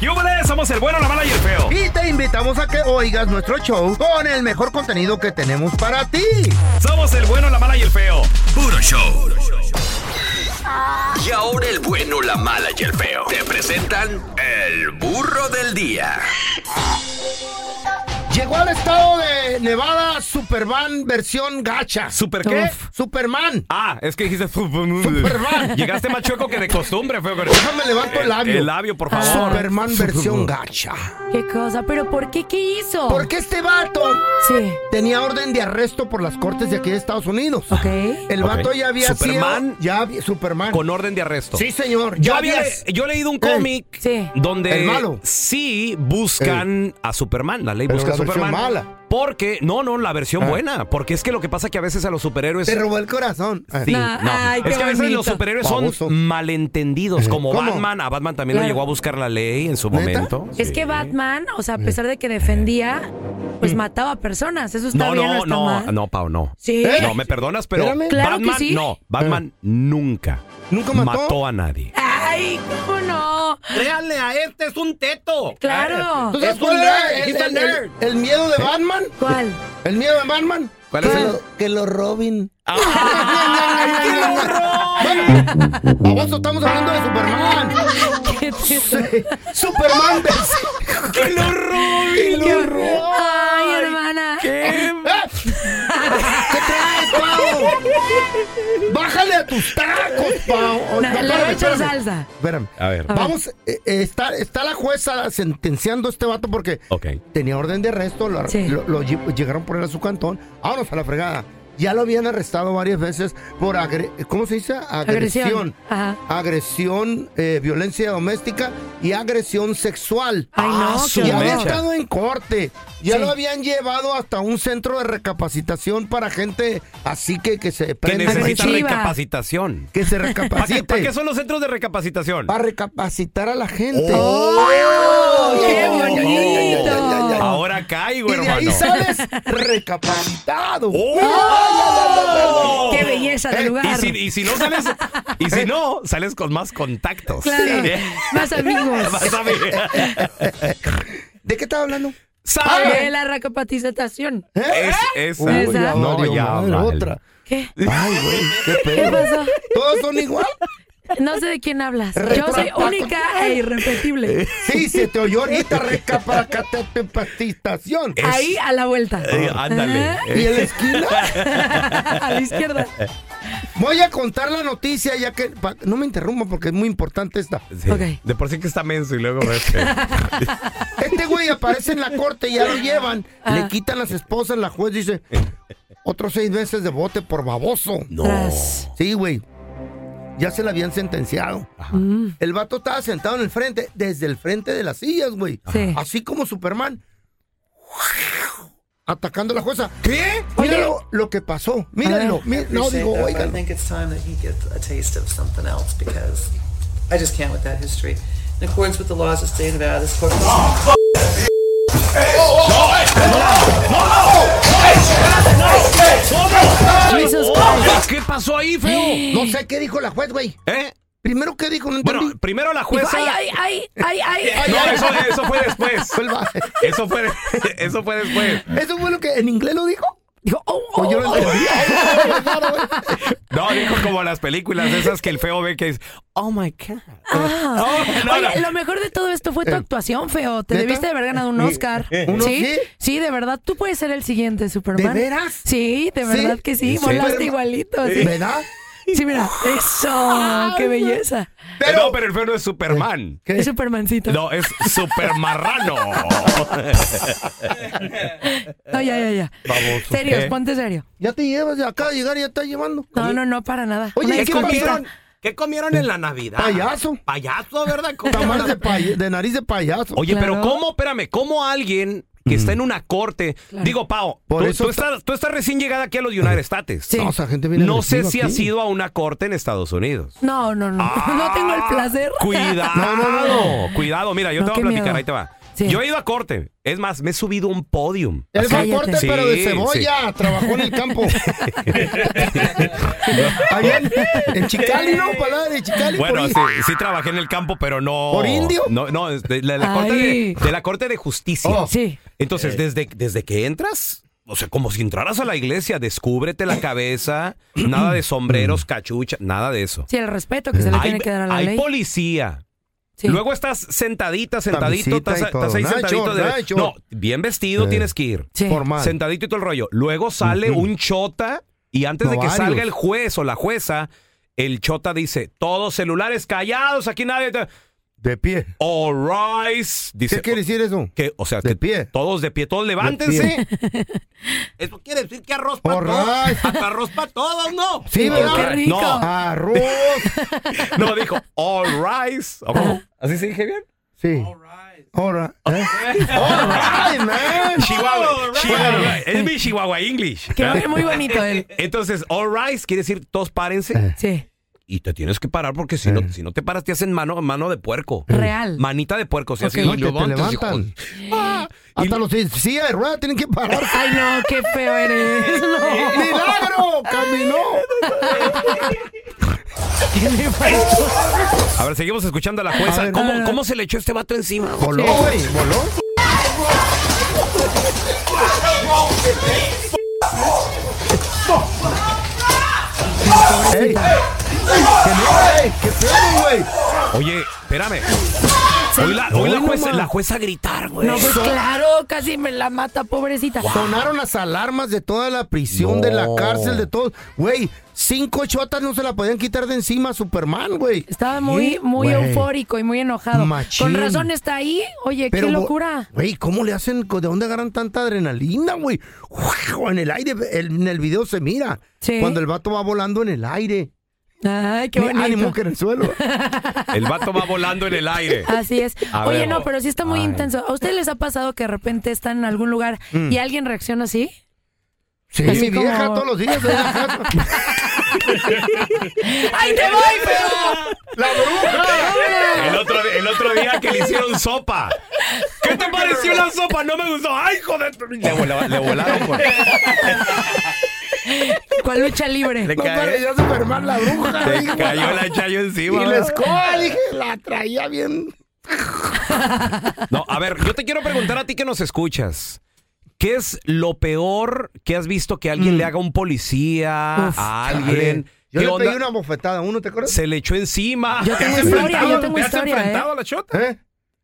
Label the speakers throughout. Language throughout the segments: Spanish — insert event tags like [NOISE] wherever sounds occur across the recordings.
Speaker 1: ¡Yúbales! Somos el bueno, la mala y el feo.
Speaker 2: Y te invitamos a que oigas nuestro show con el mejor contenido que tenemos para ti.
Speaker 1: Somos el bueno, la mala y el feo.
Speaker 3: Puro show. Y ahora el bueno, la mala y el feo. Te presentan el burro del día.
Speaker 2: Llegó al estado de Nevada Superman versión gacha.
Speaker 1: ¿Super qué?
Speaker 2: Uf. Superman.
Speaker 1: Ah, es que dijiste
Speaker 2: Superman.
Speaker 1: Llegaste más chueco que de costumbre, feo. con-
Speaker 2: Déjame levanto el labio.
Speaker 1: El labio, por favor.
Speaker 2: Superman versión gacha.
Speaker 4: ¿Qué cosa? ¿Pero por qué? ¿Qué
Speaker 1: Oh.
Speaker 4: hizo?
Speaker 2: Porque este vato
Speaker 4: Sí.
Speaker 2: tenía orden de arresto por las cortes de aquí de Estados Unidos.
Speaker 4: Ok.
Speaker 2: El vato
Speaker 1: Ok.
Speaker 2: ya había
Speaker 1: Superman.
Speaker 2: sido. Ya había- Superman.
Speaker 1: Con orden de arresto.
Speaker 2: Sí, señor.
Speaker 1: Yo,
Speaker 2: Ya
Speaker 1: había,
Speaker 2: había.
Speaker 1: yo he leído un cómic
Speaker 4: Sí.
Speaker 1: donde
Speaker 2: El malo.
Speaker 1: sí buscan a Superman, la ley
Speaker 2: Pero
Speaker 1: busca a
Speaker 2: la versión
Speaker 1: Superman.
Speaker 2: mala.
Speaker 1: Porque, no, no, la versión
Speaker 2: Ah.
Speaker 1: buena. Porque es que lo que pasa es que a veces a los superhéroes.
Speaker 2: Te robó el corazón. Ah.
Speaker 1: Sí,
Speaker 4: Nah,
Speaker 1: no.
Speaker 4: ay,
Speaker 1: es
Speaker 4: qué
Speaker 1: que a veces
Speaker 4: bonito.
Speaker 1: los superhéroes
Speaker 2: Baboso. Eh,
Speaker 1: son malentendidos, como
Speaker 2: ¿Cómo?
Speaker 1: Batman. A Batman también lo
Speaker 4: Claro.
Speaker 1: llegó a buscar la ley en su
Speaker 2: ¿Neta?
Speaker 1: momento.
Speaker 4: Es
Speaker 1: Sí.
Speaker 4: que Batman, o sea, a pesar de que defendía, pues mataba a personas. Eso está
Speaker 1: No,
Speaker 4: bien, no,
Speaker 1: no,
Speaker 4: está
Speaker 1: no,
Speaker 4: mal.
Speaker 1: no, Pau, no.
Speaker 4: Sí.
Speaker 2: ¿Eh?
Speaker 1: No, me perdonas, pero
Speaker 2: Espérame. Ah.
Speaker 4: Claro que
Speaker 1: Batman
Speaker 4: sí.
Speaker 1: no. Batman nunca,
Speaker 2: ¿Nunca mató?
Speaker 1: a nadie.
Speaker 4: Ah. Ay, ¿cómo no?
Speaker 1: Créanle a este, es un teto. Ah,
Speaker 4: Claro.
Speaker 2: ¿Tú sabes
Speaker 1: Es
Speaker 2: cuál
Speaker 1: un
Speaker 2: era
Speaker 1: nerd, es
Speaker 2: el,
Speaker 1: un
Speaker 2: el- el-
Speaker 1: nerd.
Speaker 2: el miedo de Batman?
Speaker 4: ¿Cuál?
Speaker 2: ¿El miedo de Batman?
Speaker 1: ¿Cuál
Speaker 2: que
Speaker 1: es el-
Speaker 2: Lo, que
Speaker 1: [LAUGHS]
Speaker 2: lo robin.
Speaker 1: Ah,
Speaker 2: Abajo estamos hablando de Superman.
Speaker 4: ¿Qué te-
Speaker 2: [LAUGHS]
Speaker 1: [LAUGHS]
Speaker 2: Superman versión.
Speaker 1: ¡Que lo roben!
Speaker 4: qué- Ay, hermana.
Speaker 1: ¿Qué?
Speaker 2: ¡Eh!
Speaker 1: Ah.
Speaker 2: ¿Qué traes, Pau? Bájale a tus tacos, Pau. Oh,
Speaker 4: Na-
Speaker 2: no,
Speaker 4: le voy a echar
Speaker 2: espérame.
Speaker 4: salsa.
Speaker 2: Espérame.
Speaker 1: A ver.
Speaker 4: ver.
Speaker 2: Vamos, eh, eh, está, está la jueza sentenciando a este vato porque
Speaker 1: Ok.
Speaker 2: tenía orden de arresto, lo, ar-
Speaker 4: Sí.
Speaker 2: lo- lo lle- llegaron por él a su cantón, vámonos a la fregada. Ya lo habían arrestado varias veces por, agre- ¿cómo se dice? Agresión.
Speaker 4: Agresión. Ajá.
Speaker 2: Agresión, eh, violencia doméstica y agresión sexual.
Speaker 4: Ay, no,
Speaker 1: Ah,
Speaker 4: qué
Speaker 1: su
Speaker 2: Ya había
Speaker 4: horror.
Speaker 1: mecha.
Speaker 2: estado en corte. Ya
Speaker 4: Sí.
Speaker 2: lo habían llevado hasta un centro de recapacitación para gente así que, que se
Speaker 1: Que
Speaker 2: prende.
Speaker 1: necesita
Speaker 4: agresiva.
Speaker 1: recapacitación.
Speaker 2: Que se
Speaker 1: [LAUGHS] ¿Para qué,
Speaker 2: recapacite.
Speaker 1: para qué son los centros de recapacitación?
Speaker 2: Para recapacitar a la gente.
Speaker 4: ¡Oh, qué
Speaker 2: Oh,
Speaker 4: bonito!
Speaker 1: Ahora caigo,
Speaker 2: y de ahí
Speaker 1: hermano.
Speaker 2: [LAUGHS] sales recapacitado.
Speaker 1: ¡Oh!
Speaker 4: ¡Qué belleza
Speaker 2: Eh,
Speaker 4: de
Speaker 2: y
Speaker 4: lugar!
Speaker 1: Y si, y si no sales, y si no, sales con más contactos.
Speaker 4: Claro.
Speaker 1: Sí.
Speaker 4: Más amigos.
Speaker 1: Vas a ver.
Speaker 2: ¿De qué estaba hablando?
Speaker 4: De
Speaker 1: ¿Sabe?
Speaker 4: la recapacitación.
Speaker 1: Es esa.
Speaker 2: Uy,
Speaker 4: Esa.
Speaker 2: ya
Speaker 1: No,
Speaker 2: valió
Speaker 1: ya.
Speaker 2: madre,
Speaker 1: vale.
Speaker 2: otra.
Speaker 4: ¿Qué?
Speaker 2: Ay, güey, qué
Speaker 4: ¿Qué
Speaker 2: pedo.
Speaker 4: pasó?
Speaker 2: ¿Todos son igual?
Speaker 4: No sé de quién hablas. Yo
Speaker 2: Retroactivo.
Speaker 4: soy única e irrepetible.
Speaker 2: Sí, se te oyó [LAUGHS] ahorita recapacitación.
Speaker 4: Ahí a la vuelta.
Speaker 1: Eh, ándale.
Speaker 4: Ajá.
Speaker 2: ¿Y en la esquina?
Speaker 4: a la izquierda.
Speaker 2: Voy a contar la noticia ya que... pa- no me interrumpa porque es muy importante esta.
Speaker 1: Sí.
Speaker 4: Ok.
Speaker 1: De por sí que está menso y luego ves que-
Speaker 2: Este güey aparece en la corte, ya lo llevan, le quitan las esposas, la juez dice... Otros seis meses de bote por baboso.
Speaker 4: Tras.
Speaker 2: Sí, güey. Ya se la habían sentenciado. El vato estaba sentado en el frente, desde el frente de las sillas, güey.
Speaker 4: Sí.
Speaker 2: Así como Superman. Atacando a la jueza.
Speaker 1: ¿Qué?
Speaker 2: Míralo lo que pasó. Mírenlo.
Speaker 4: A
Speaker 2: mí- No, digo,
Speaker 5: that, but I
Speaker 2: oigan.
Speaker 5: think it's time that he gets a taste of something else because I just can't with that history. In accordance with the laws of the state of Nevada, this court.
Speaker 4: Jesus
Speaker 1: ¡Oh, ¿Qué pasó ahí, feo?
Speaker 2: No sé qué dijo la juez, güey.
Speaker 1: ¿Eh?
Speaker 2: Primero qué dijo, no entendí.
Speaker 1: Bueno, primero la
Speaker 4: Dijo,
Speaker 1: jueza.
Speaker 4: ay, ay, ay, ay, ay.
Speaker 1: Pues, ah, No, eso, eso fue después.
Speaker 2: Fue el va-
Speaker 1: Eso fue, eso fue después.
Speaker 2: ¿Eso fue lo que en inglés lo dijo?
Speaker 4: Dijo, oh,
Speaker 2: O yo lo
Speaker 4: oh,
Speaker 2: entendí.
Speaker 1: No, dijo como las películas esas que el feo ve que es, oh my God.
Speaker 4: ah.
Speaker 1: No, no,
Speaker 4: Oye,
Speaker 1: no.
Speaker 4: lo mejor de todo esto fue tu actuación, feo. Te
Speaker 2: ¿Neta?
Speaker 4: debiste de haber ganado un Oscar.
Speaker 2: ¿Uno
Speaker 4: ¿Sí?
Speaker 2: qué?
Speaker 4: Sí, de verdad. Tú puedes ser el siguiente Superman.
Speaker 2: ¿De veras?
Speaker 4: Sí, de verdad que sí.
Speaker 1: ¿Sí?
Speaker 4: Volaste
Speaker 2: Pero-
Speaker 4: igualito. Sí.
Speaker 2: ¿Verdad?
Speaker 4: Sí, mira. Eso. Qué belleza.
Speaker 1: Pero, no, pero el feo no es Superman.
Speaker 2: Eh.
Speaker 4: Es Supermancito.
Speaker 1: No, es supermarrano.
Speaker 4: No, ya, ya, ya.
Speaker 2: Baboso.
Speaker 4: Serios,
Speaker 1: ¿Eh?
Speaker 4: ponte serio.
Speaker 2: Ya te llevas, ya acaba de llegar y ya estás llevando.
Speaker 4: No, no, no, para nada.
Speaker 2: Oye,
Speaker 4: Una
Speaker 2: ¿y qué
Speaker 4: disculpita.
Speaker 2: comieron?
Speaker 1: ¿Qué comieron en la Navidad?
Speaker 2: Payaso.
Speaker 1: Payaso, ¿verdad?
Speaker 2: Tamales de, pay- de nariz de payaso.
Speaker 1: Oye, pero
Speaker 4: Claro.
Speaker 1: ¿cómo? Espérame, ¿cómo alguien que está en una corte? Digo, Pau,
Speaker 2: Por
Speaker 1: tú,
Speaker 2: eso
Speaker 1: tú
Speaker 2: ta-
Speaker 1: estás, tú estás recién llegada aquí a los United States.
Speaker 4: Sí.
Speaker 2: No, esa gente viene
Speaker 1: No sé
Speaker 2: agresiva
Speaker 1: si
Speaker 2: aquí.
Speaker 1: has ido a una corte en Estados Unidos.
Speaker 4: [LAUGHS] No, no, no. no tengo el placer.
Speaker 1: Ah, [LAUGHS] Cuidado.
Speaker 2: No, no,
Speaker 1: Cuidado. Mira, yo
Speaker 4: No,
Speaker 1: te voy
Speaker 4: qué
Speaker 1: a platicar,
Speaker 4: miedo.
Speaker 1: ahí te va.
Speaker 4: Sí.
Speaker 1: Yo he ido a corte. Es más, me he subido a un podium.
Speaker 2: Él fue a
Speaker 4: cállate.
Speaker 2: corte,
Speaker 1: Sí,
Speaker 2: pero de cebolla. Trabajó en
Speaker 1: [LAUGHS]
Speaker 2: el campo. Allá en, en Chicali, ¿no? Palabra de Chicali.
Speaker 1: Bueno,
Speaker 2: por
Speaker 1: sí,
Speaker 2: ahí.
Speaker 1: sí trabajé en el campo, pero no.
Speaker 2: ¿Por indio?
Speaker 1: No, no, es de la, la
Speaker 4: Ay.
Speaker 1: corte de, de la corte de justicia.
Speaker 2: Oh.
Speaker 4: Sí.
Speaker 1: Entonces, desde, desde que entras, o sea, como si entraras a la iglesia, descúbrete la cabeza, nada de sombreros, cachucha, nada de eso.
Speaker 4: Sí, el respeto que se le
Speaker 1: hay
Speaker 4: tiene que dar a la
Speaker 1: hay
Speaker 4: ley.
Speaker 1: policía.
Speaker 4: Sí.
Speaker 1: Luego estás sentadita, sentadito,
Speaker 2: Camisita
Speaker 1: estás,
Speaker 2: y todo.
Speaker 1: estás ahí
Speaker 2: Nacho,
Speaker 1: sentadito. de-
Speaker 2: Nacho.
Speaker 1: No, bien vestido
Speaker 2: Eh.
Speaker 1: tienes que ir.
Speaker 4: Sí.
Speaker 2: Formal.
Speaker 1: Sentadito y todo el rollo. Luego sale un chota y antes
Speaker 2: No,
Speaker 1: de que
Speaker 2: varios.
Speaker 1: salga el juez o la jueza, el chota dice, todos celulares callados, aquí nadie... te-".
Speaker 2: De pie.
Speaker 1: All rise. Dice,
Speaker 2: ¿Qué quiere decir eso?
Speaker 1: que, o sea,
Speaker 2: De
Speaker 1: que
Speaker 2: pie.
Speaker 1: todos de pie, todos levántense. [LAUGHS] Eso quiere decir que arroz pa'
Speaker 2: All right.
Speaker 1: Hasta arroz para todos, ¿no?
Speaker 2: Sí, ¿verdad?
Speaker 4: Qué rico.
Speaker 1: No,
Speaker 2: Arroz.
Speaker 1: no, dijo all rise. ¿O cómo? ¿Así se dije bien?
Speaker 2: Sí. Ahora. ¿eh? All right, man.
Speaker 1: [LAUGHS] Chihuahua. Chihuahua. Es mi Chihuahua English.
Speaker 4: Que hable muy bonito él.
Speaker 1: Entonces, all rise quiere decir todos
Speaker 2: Eh.
Speaker 1: párense
Speaker 4: Sí.
Speaker 1: y te tienes que parar porque si no, si no te paras te hacen mano, mano de puerco.
Speaker 4: Real.
Speaker 1: Manita de puerco. Si
Speaker 4: Ok.
Speaker 1: así
Speaker 2: No,
Speaker 1: no
Speaker 2: que te
Speaker 1: levantas, hijo.
Speaker 2: levantan. Ah,
Speaker 1: Y-
Speaker 2: Hasta los de silla de ruedas tienen que parar.
Speaker 4: Ay, no, qué feo eres. No.
Speaker 2: ¡Milagro! ¡Caminó!
Speaker 4: ¿Qué le pasó?
Speaker 1: A ver, seguimos escuchando a la
Speaker 2: A
Speaker 1: jueza.
Speaker 2: ver,
Speaker 1: ¿Cómo, ¿Cómo se le echó este vato encima?
Speaker 2: Voló, güey. Voló. Ey, que no, ey, qué pedo, güey.
Speaker 1: Oye, espérame. Hoy la, hoy la jueza, la jueza a gritar, güey.
Speaker 4: No, pues claro, casi me la mata, pobrecita.
Speaker 2: Sonaron las alarmas de toda la prisión, de la cárcel, de todo. Güey, cinco chotas no se la podían quitar de encima a Superman, güey.
Speaker 4: Estaba muy, muy
Speaker 2: Güey.
Speaker 4: eufórico y muy enojado.
Speaker 2: Machín.
Speaker 4: Con razón está ahí. Oye,
Speaker 2: Pero,
Speaker 4: qué
Speaker 2: bo-
Speaker 4: locura.
Speaker 2: Güey, ¿cómo le hacen? ¿De dónde agarran tanta adrenalina, güey? Ujú, En el aire, el- en el video se mira.
Speaker 4: Sí.
Speaker 2: Cuando el vato va volando en el aire.
Speaker 4: Ay, qué
Speaker 2: Ni
Speaker 4: bonito.
Speaker 2: ánimo que en el
Speaker 4: [LAUGHS]
Speaker 2: suelo.
Speaker 1: El vato va volando en el aire.
Speaker 4: Así es.
Speaker 1: A
Speaker 4: Oye,
Speaker 1: ver.
Speaker 4: no, pero sí está muy intenso. ¿A ustedes les ha pasado que de repente están en algún lugar
Speaker 2: Mm.
Speaker 4: y alguien reacciona así?
Speaker 2: Sí,
Speaker 4: Así
Speaker 2: mi vieja
Speaker 4: como-
Speaker 2: todos los
Speaker 4: [LAUGHS]
Speaker 2: días. ¿eh? ahí en la casa.
Speaker 4: ¡Ay, te voy, feo!
Speaker 2: ¡La bruja!
Speaker 1: El otro, el otro día que le hicieron sopa. ¿Qué te pareció la sopa? No me gustó. ¡Ay, joder! Le, vola- le volaron por.
Speaker 4: ¿Cuál lucha libre?
Speaker 1: Le
Speaker 2: No
Speaker 1: cae-
Speaker 2: parecía Superman, la bruja.
Speaker 1: Le
Speaker 2: dije,
Speaker 1: cayó
Speaker 2: "Bueno".
Speaker 1: la chayo
Speaker 2: Y
Speaker 1: encima.
Speaker 2: la escoba, dije, la traía bien.
Speaker 1: No, a ver, yo te quiero preguntar a ti que nos escuchas. ¿Qué es lo peor que has visto que alguien le haga a un policía,
Speaker 4: Mm. Uf.
Speaker 1: a alguien?
Speaker 2: Yo
Speaker 1: ¿Qué
Speaker 2: le
Speaker 1: onda?
Speaker 2: pedí una bofetada, ¿uno te acuerdas?
Speaker 1: Se le echó encima.
Speaker 4: Yo tengo historia, yo tengo historia. ¿eh?
Speaker 2: ¿Eh?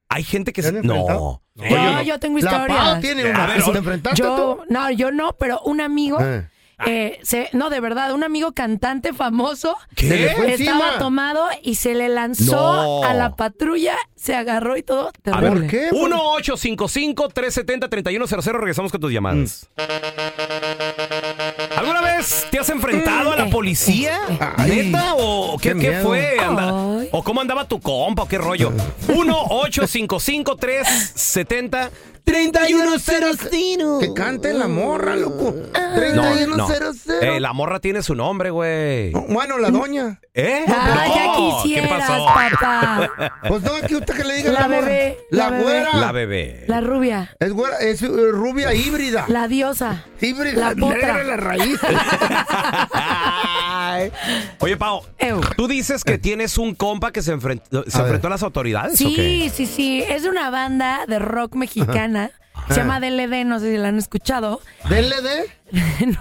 Speaker 1: Hay gente que se.
Speaker 2: ¿Te han enfrentado?
Speaker 1: No.
Speaker 4: No, yo, tengo
Speaker 2: La Pau
Speaker 4: historia.
Speaker 2: tiene
Speaker 1: A
Speaker 2: una.
Speaker 1: ver,
Speaker 2: ¿Te
Speaker 1: o-
Speaker 2: enfrentaste tú?
Speaker 4: Yo, no, yo no, pero un amigo,
Speaker 2: Eh.
Speaker 4: eh, se- no, de verdad, un amigo cantante famoso
Speaker 1: ¿Qué?
Speaker 2: Se le fue ¿Eh? encima.
Speaker 4: estaba tomado y se le lanzó
Speaker 1: No.
Speaker 4: a la patrulla, se agarró y todo.
Speaker 1: A
Speaker 4: Terrible.
Speaker 1: ver,
Speaker 2: ¿Por qué?
Speaker 1: 1-855-370-3100. Regresamos con tus llamadas. ¿Alguna vez te has enfrentado a la policía?
Speaker 2: Ay,
Speaker 1: ¿Neta? ¿O Mm. qué,
Speaker 2: qué
Speaker 1: qué
Speaker 2: miedo.
Speaker 1: fue? Anda-
Speaker 4: Ay.
Speaker 1: ¿O cómo andaba tu compa? ¿O qué [LAUGHS] rollo? 1-855-370. 3100
Speaker 2: Que cante la morra, loco.
Speaker 1: No, no.
Speaker 2: 3100.
Speaker 1: Eh, la morra tiene su nombre, güey.
Speaker 2: Bueno,
Speaker 4: [LAUGHS]
Speaker 2: la doña.
Speaker 1: ¿Eh?
Speaker 4: Ay, Ah, ya
Speaker 1: No, ¿Qué
Speaker 4: quisieras,
Speaker 1: pasó?
Speaker 4: papá.
Speaker 2: Pues no, que usted que le diga
Speaker 4: La
Speaker 2: la, morra.
Speaker 4: bebé,
Speaker 2: La,
Speaker 4: la bebé.
Speaker 2: güera.
Speaker 1: La bebé. [LAUGHS]
Speaker 4: La rubia,
Speaker 2: Es güera, es eh, rubia híbrida.
Speaker 4: la diosa.
Speaker 2: híbrida,
Speaker 4: la potra.
Speaker 2: negra la raíz.
Speaker 1: Ay. Oye, Pau,
Speaker 4: Ew.
Speaker 1: tú dices que tienes un compa que se, enfrentó, se
Speaker 2: A ver.
Speaker 1: enfrentó a las autoridades. ¿o qué?
Speaker 4: Sí, sí, sí. Es de una banda de rock mexicana. Se llama DLD, no sé si la han escuchado.
Speaker 2: Denle
Speaker 4: [LAUGHS]
Speaker 2: de.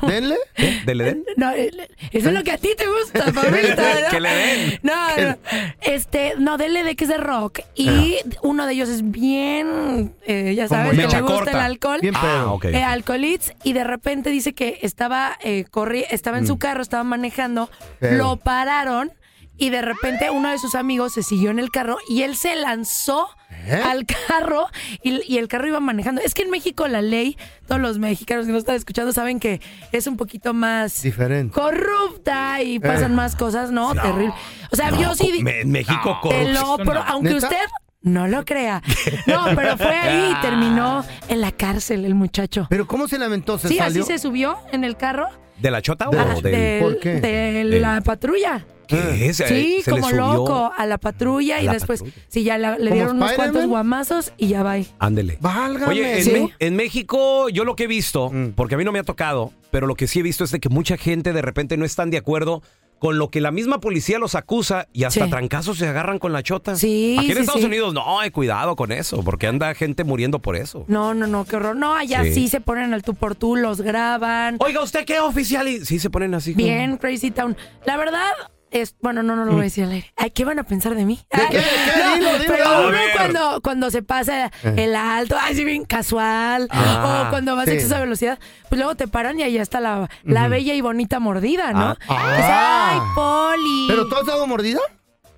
Speaker 2: Denle.
Speaker 1: ¿Eh? ¿Del Edén?
Speaker 4: No, eso es lo que a ti te
Speaker 1: [LAUGHS]
Speaker 4: gusta, Pablito. ¿verdad?
Speaker 1: Que le den.
Speaker 4: No, no. Este, no, DLD que es de rock. Y uno de ellos es bien, eh, ya
Speaker 2: Como
Speaker 4: sabes, que
Speaker 1: mecha
Speaker 4: le gusta
Speaker 1: corta.
Speaker 4: el alcohol.
Speaker 2: Bien
Speaker 1: Ah,
Speaker 2: pedo.
Speaker 1: ok.
Speaker 4: Eh, alcoholitz y de repente dice que estaba eh, corri estaba en
Speaker 1: Mm.
Speaker 4: su carro, estaba manejando,
Speaker 2: Pero.
Speaker 4: lo pararon y de repente uno de sus amigos se siguió en el carro y él se lanzó
Speaker 2: ¿Eh?
Speaker 4: al carro y, y el carro iba manejando. Es que en México la ley, todos los mexicanos que nos están escuchando saben que es un poquito más
Speaker 2: Diferente.
Speaker 4: corrupta y pasan
Speaker 2: Eh.
Speaker 4: más cosas, ¿no? Terrible. O sea, yo sí di-
Speaker 1: Me- en México
Speaker 4: te
Speaker 1: corrupción.
Speaker 4: lo pro- aunque
Speaker 2: ¿Neta?
Speaker 4: usted no lo crea. No, pero fue ahí y terminó en la cárcel el muchacho.
Speaker 2: Pero ¿cómo se lamentó? ¿Se
Speaker 4: Sí,
Speaker 2: salió?
Speaker 4: así se subió en el carro
Speaker 1: ¿De la chota o
Speaker 2: De-
Speaker 1: del-
Speaker 4: del-
Speaker 2: ¿Por qué?
Speaker 4: Ah, de
Speaker 1: Del-
Speaker 4: la patrulla.
Speaker 1: ¿Qué es?
Speaker 4: Sí,
Speaker 1: ¿Se le
Speaker 4: como
Speaker 1: subió?
Speaker 4: loco, a la patrulla
Speaker 1: A
Speaker 4: y
Speaker 1: la
Speaker 4: después,
Speaker 1: patrulla.
Speaker 4: sí, ya la- le
Speaker 2: ¿Como
Speaker 4: dieron unos
Speaker 2: Spider-Man?
Speaker 4: cuantos guamazos y ya va.
Speaker 1: Ándele.
Speaker 2: Válgame. Mm.
Speaker 1: Oye, en,
Speaker 4: Sí.
Speaker 1: Me- en México yo lo que he visto, porque a mí no me ha tocado, pero lo que sí he visto es de que mucha gente de repente no están de acuerdo con lo que la misma policía los acusa y hasta
Speaker 4: Sí.
Speaker 1: trancazos se agarran con la chota.
Speaker 4: Sí,
Speaker 1: Aquí en
Speaker 4: sí,
Speaker 1: Estados
Speaker 4: sí.
Speaker 1: Unidos, no, eh, cuidado con eso, porque anda gente muriendo por eso.
Speaker 4: No, no, no, qué horror. No, allá
Speaker 1: Sí.
Speaker 4: sí, se ponen al tú por tú, los graban.
Speaker 1: Oiga, ¿usted qué oficial? Y sí, se ponen así. como-
Speaker 4: Bien,
Speaker 2: Mm.
Speaker 4: Crazy Town. La verdad es, bueno, no, no lo voy a decir al aire. Ay, ¿qué van a pensar de mí? Ay,
Speaker 2: qué? Mm. ¿De qué?
Speaker 4: [LAUGHS] no,
Speaker 2: Dilo, dilo.
Speaker 4: Pero
Speaker 2: A Eh.
Speaker 4: uno
Speaker 1: ver.
Speaker 4: cuando, cuando se pasa el alto, ay, sí, bien casual,
Speaker 1: Ah,
Speaker 4: o cuando vas
Speaker 2: sí.
Speaker 4: a exceso de velocidad, pues luego te paran y allá está la, la bella y bonita mordida, ¿no?
Speaker 1: Ah.
Speaker 4: Pues, ay, Poli.
Speaker 2: ¿Pero tú has dado mordida?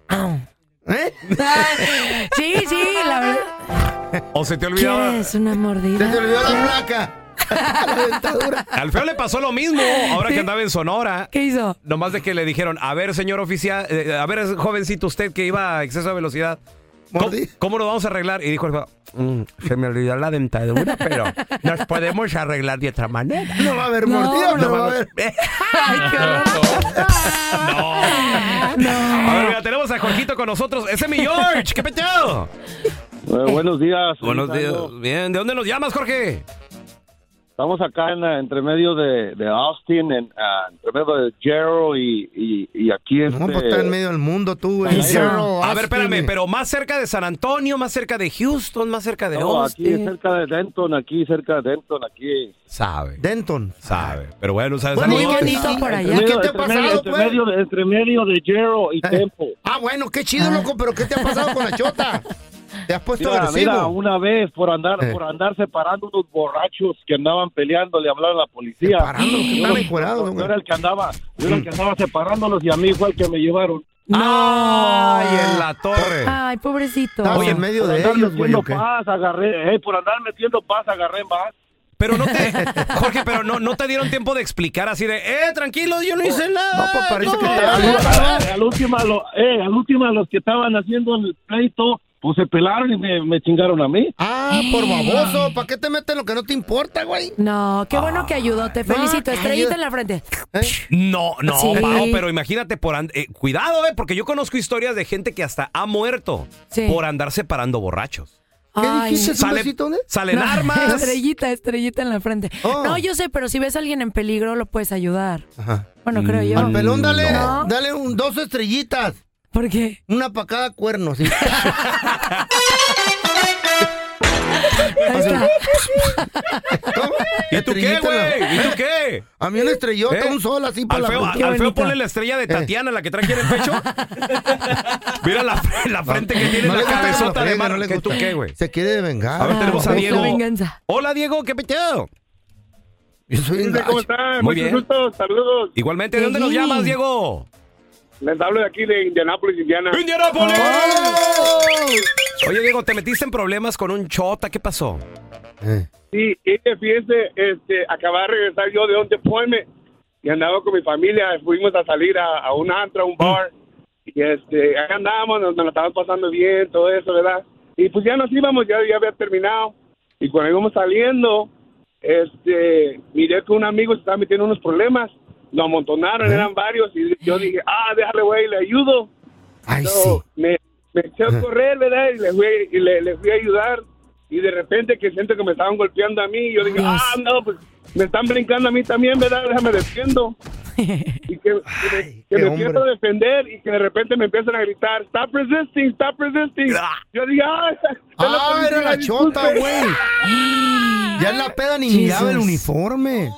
Speaker 4: Ah.
Speaker 2: ¿Eh?
Speaker 4: [LAUGHS] Ay, sí, sí, la verdad.
Speaker 1: O se te olvidaba.
Speaker 4: ¿Quieres una
Speaker 2: Se te
Speaker 4: mordida?
Speaker 2: olvidó la placa. [LAUGHS] la dentadura.
Speaker 1: Al feo le pasó lo mismo, ahora que andaba en Sonora.
Speaker 4: ¿Qué hizo?
Speaker 1: Nomás de que le dijeron, a ver, señor oficial, eh, a ver, jovencito, usted que iba a exceso de velocidad, ¿cómo,
Speaker 2: Mordí.
Speaker 1: cómo lo vamos a arreglar? Y dijo, el vato, "Mm, se me olvidó la dentadura, pero nos podemos arreglar de otra manera.
Speaker 2: No va a haber
Speaker 4: No,
Speaker 2: mordida, no,
Speaker 4: no.
Speaker 2: va a haber.
Speaker 4: Ay,
Speaker 2: [LAUGHS]
Speaker 4: qué horror. [LAUGHS]
Speaker 1: A ver, mira, tenemos a Jorgito con nosotros. Ese es mi George, ¿qué peteo?
Speaker 6: Eh, buenos días.
Speaker 1: Buenos días.
Speaker 6: Ricardo.
Speaker 1: Bien, ¿de dónde nos llamas, Jorge?
Speaker 6: Estamos acá en la- entre medio de, de Austin, en, ah, entre medio de Gerald y, y, y aquí este...
Speaker 2: No, pues está en medio del mundo tú, güey.
Speaker 4: Eso.
Speaker 2: Gerald
Speaker 1: A ver,
Speaker 2: Austin,
Speaker 1: espérame,
Speaker 2: güey.
Speaker 1: pero más cerca de San Antonio, más cerca de Houston, más cerca de
Speaker 6: No, aquí
Speaker 1: Austin.
Speaker 6: cerca de Denton, aquí cerca de Denton, aquí.
Speaker 1: Sabe,
Speaker 2: Denton.
Speaker 1: sabe. Pero bueno, sabes
Speaker 2: Bueno,
Speaker 4: Muy
Speaker 2: ¿y qué-
Speaker 4: bonito
Speaker 2: y-
Speaker 4: por
Speaker 2: y
Speaker 4: allá.
Speaker 2: ¿Qué
Speaker 6: Medio-
Speaker 2: te ha
Speaker 6: entre medio-
Speaker 2: pasado,
Speaker 6: entre
Speaker 2: pues?
Speaker 6: medio, de- entre medio de Gerald y
Speaker 2: Eh.
Speaker 6: Tempo.
Speaker 2: Ah, bueno, qué chido, loco, pero ¿qué te ha pasado con la chota? Te has puesto
Speaker 6: Mira,
Speaker 2: agresivo.
Speaker 6: mira, una vez por andar
Speaker 2: Eh.
Speaker 6: por andar separando unos borrachos que andaban peleando, le hablaron a la policía.
Speaker 2: Separando, que
Speaker 6: Yo
Speaker 2: estaban
Speaker 6: los-
Speaker 2: encuerados,
Speaker 6: yo
Speaker 2: güey. Mm.
Speaker 6: era el que andaba, yo era el que andaba separándolos y a mí fue el que me llevaron.
Speaker 1: ¡Ay, en la torre!
Speaker 4: Ay, pobrecito.
Speaker 2: Estabas en medio
Speaker 6: por
Speaker 2: de
Speaker 6: andar
Speaker 2: ellos, güey.
Speaker 6: metiendo
Speaker 2: ¿o qué?
Speaker 6: paz, agarré, eh, por andar metiendo paz, agarré más.
Speaker 1: Pero no te, Jorge, pero no, no te dieron tiempo de explicar así de, eh, tranquilo, yo no hice nada.
Speaker 2: No, pues parece que te
Speaker 6: Eh, Al
Speaker 2: agarró.
Speaker 6: al última, lo- eh, al última, los que estaban haciendo el pleito, pues se pelaron y me, me chingaron a mí.
Speaker 2: Ah, por
Speaker 1: Eh.
Speaker 2: baboso, ¿para qué te metes lo que no te importa, güey?
Speaker 4: No, qué bueno que ayudó. Te
Speaker 2: Ah, No,
Speaker 4: felicito.
Speaker 2: que ayudó.
Speaker 4: Estrellita en la frente.
Speaker 2: ¿Eh?
Speaker 1: No, no,
Speaker 4: Sí.
Speaker 1: Pao, pero imagínate por and- eh, cuidado, eh, porque yo conozco historias de gente que hasta ha muerto
Speaker 4: Sí.
Speaker 1: por andar separando borrachos.
Speaker 2: ¿Qué
Speaker 4: Ay,
Speaker 2: dijiste,
Speaker 1: Sale-
Speaker 2: Zumbacito, dónde?
Speaker 1: Salen
Speaker 4: no.
Speaker 1: armas.
Speaker 4: [LAUGHS] Estrellita, estrellita en la frente.
Speaker 2: Oh.
Speaker 4: No, yo sé, pero si ves a alguien en peligro, lo puedes ayudar.
Speaker 2: Ajá. Mm,
Speaker 4: Bueno, creo yo.
Speaker 2: Al pelón dale,
Speaker 4: No.
Speaker 2: dale un, dos estrellitas,
Speaker 4: ¿Por qué?
Speaker 2: una para cada
Speaker 1: [LAUGHS]
Speaker 2: cuerno, sí.
Speaker 4: Ahí está.
Speaker 2: ¿Cómo?
Speaker 1: ¿Y tú qué,
Speaker 2: Estrellita en la-
Speaker 1: güey? ¿Y tú qué?
Speaker 2: A mí una estrellota,
Speaker 1: ¿Eh?
Speaker 2: un sol así para
Speaker 1: Al
Speaker 2: la
Speaker 1: feo,
Speaker 2: frente.
Speaker 1: al feo
Speaker 4: bonito.
Speaker 1: ponle la estrella de Tatiana, la que trae aquí en el
Speaker 2: [LAUGHS]
Speaker 1: pecho. Mira la, la frente que tiene,
Speaker 2: No le
Speaker 1: la
Speaker 2: gusta que lo
Speaker 1: cabezota de
Speaker 2: freguen, no
Speaker 1: mar.
Speaker 2: le
Speaker 1: ¿Qué tú
Speaker 2: gusta.
Speaker 1: qué, güey?
Speaker 2: Se quiere vengar.
Speaker 1: A ver, tenemos a
Speaker 4: la
Speaker 1: Diego.
Speaker 4: venganza.
Speaker 1: Hola, Diego, qué peteado.
Speaker 2: Yo
Speaker 1: [LAUGHS]
Speaker 2: soy un gacho.
Speaker 6: están?
Speaker 1: Muy bien.
Speaker 6: Ah, gusto, saludos.
Speaker 1: Igualmente, ¿de dónde nos
Speaker 4: Dieguín.
Speaker 1: llamas, Diego?
Speaker 6: Les hablo de aquí de Indianápolis, Indiana.
Speaker 1: ¡Indianápolis!
Speaker 2: ¡Oh!
Speaker 1: Oye, Diego, te metiste en problemas con un chota. ¿Qué pasó?
Speaker 2: Eh.
Speaker 6: Sí, y que fíjense, este, acababa de regresar yo de un deployment y andaba con mi familia, fuimos a salir a, a un antro, a un bar, y este, ahí andábamos, nos, nos la estaban pasando bien, todo eso, ¿verdad? Y pues ya nos íbamos, ya, ya había terminado, y cuando íbamos saliendo, este, miré que un amigo se estaba metiendo en unos problemas, lo amontonaron, eran varios, y yo dije, ah, déjale, güey, le ayudo.
Speaker 2: Ay, sí.
Speaker 6: So, me, me eché a correr, ¿verdad? Y le fui, y le, le fui a ayudar. Y de repente que siento que me estaban golpeando a mí. Y yo dije,
Speaker 4: Dios.
Speaker 6: ah, no, pues me están brincando a mí también, ¿verdad?
Speaker 2: [LAUGHS]
Speaker 6: Déjame defiendo. Y que, que me-
Speaker 2: Ay, qué
Speaker 6: que me
Speaker 2: hombre.
Speaker 6: empiezo a defender y que de repente me empiezan a gritar, stop resisting, stop resisting.
Speaker 1: Ah.
Speaker 6: Yo dije, ah, es la
Speaker 2: Ah, era
Speaker 6: policía,
Speaker 2: la chota,
Speaker 6: disculpe".
Speaker 2: güey. Ya en la peda ni miraba el
Speaker 4: Jesus.
Speaker 2: uniforme.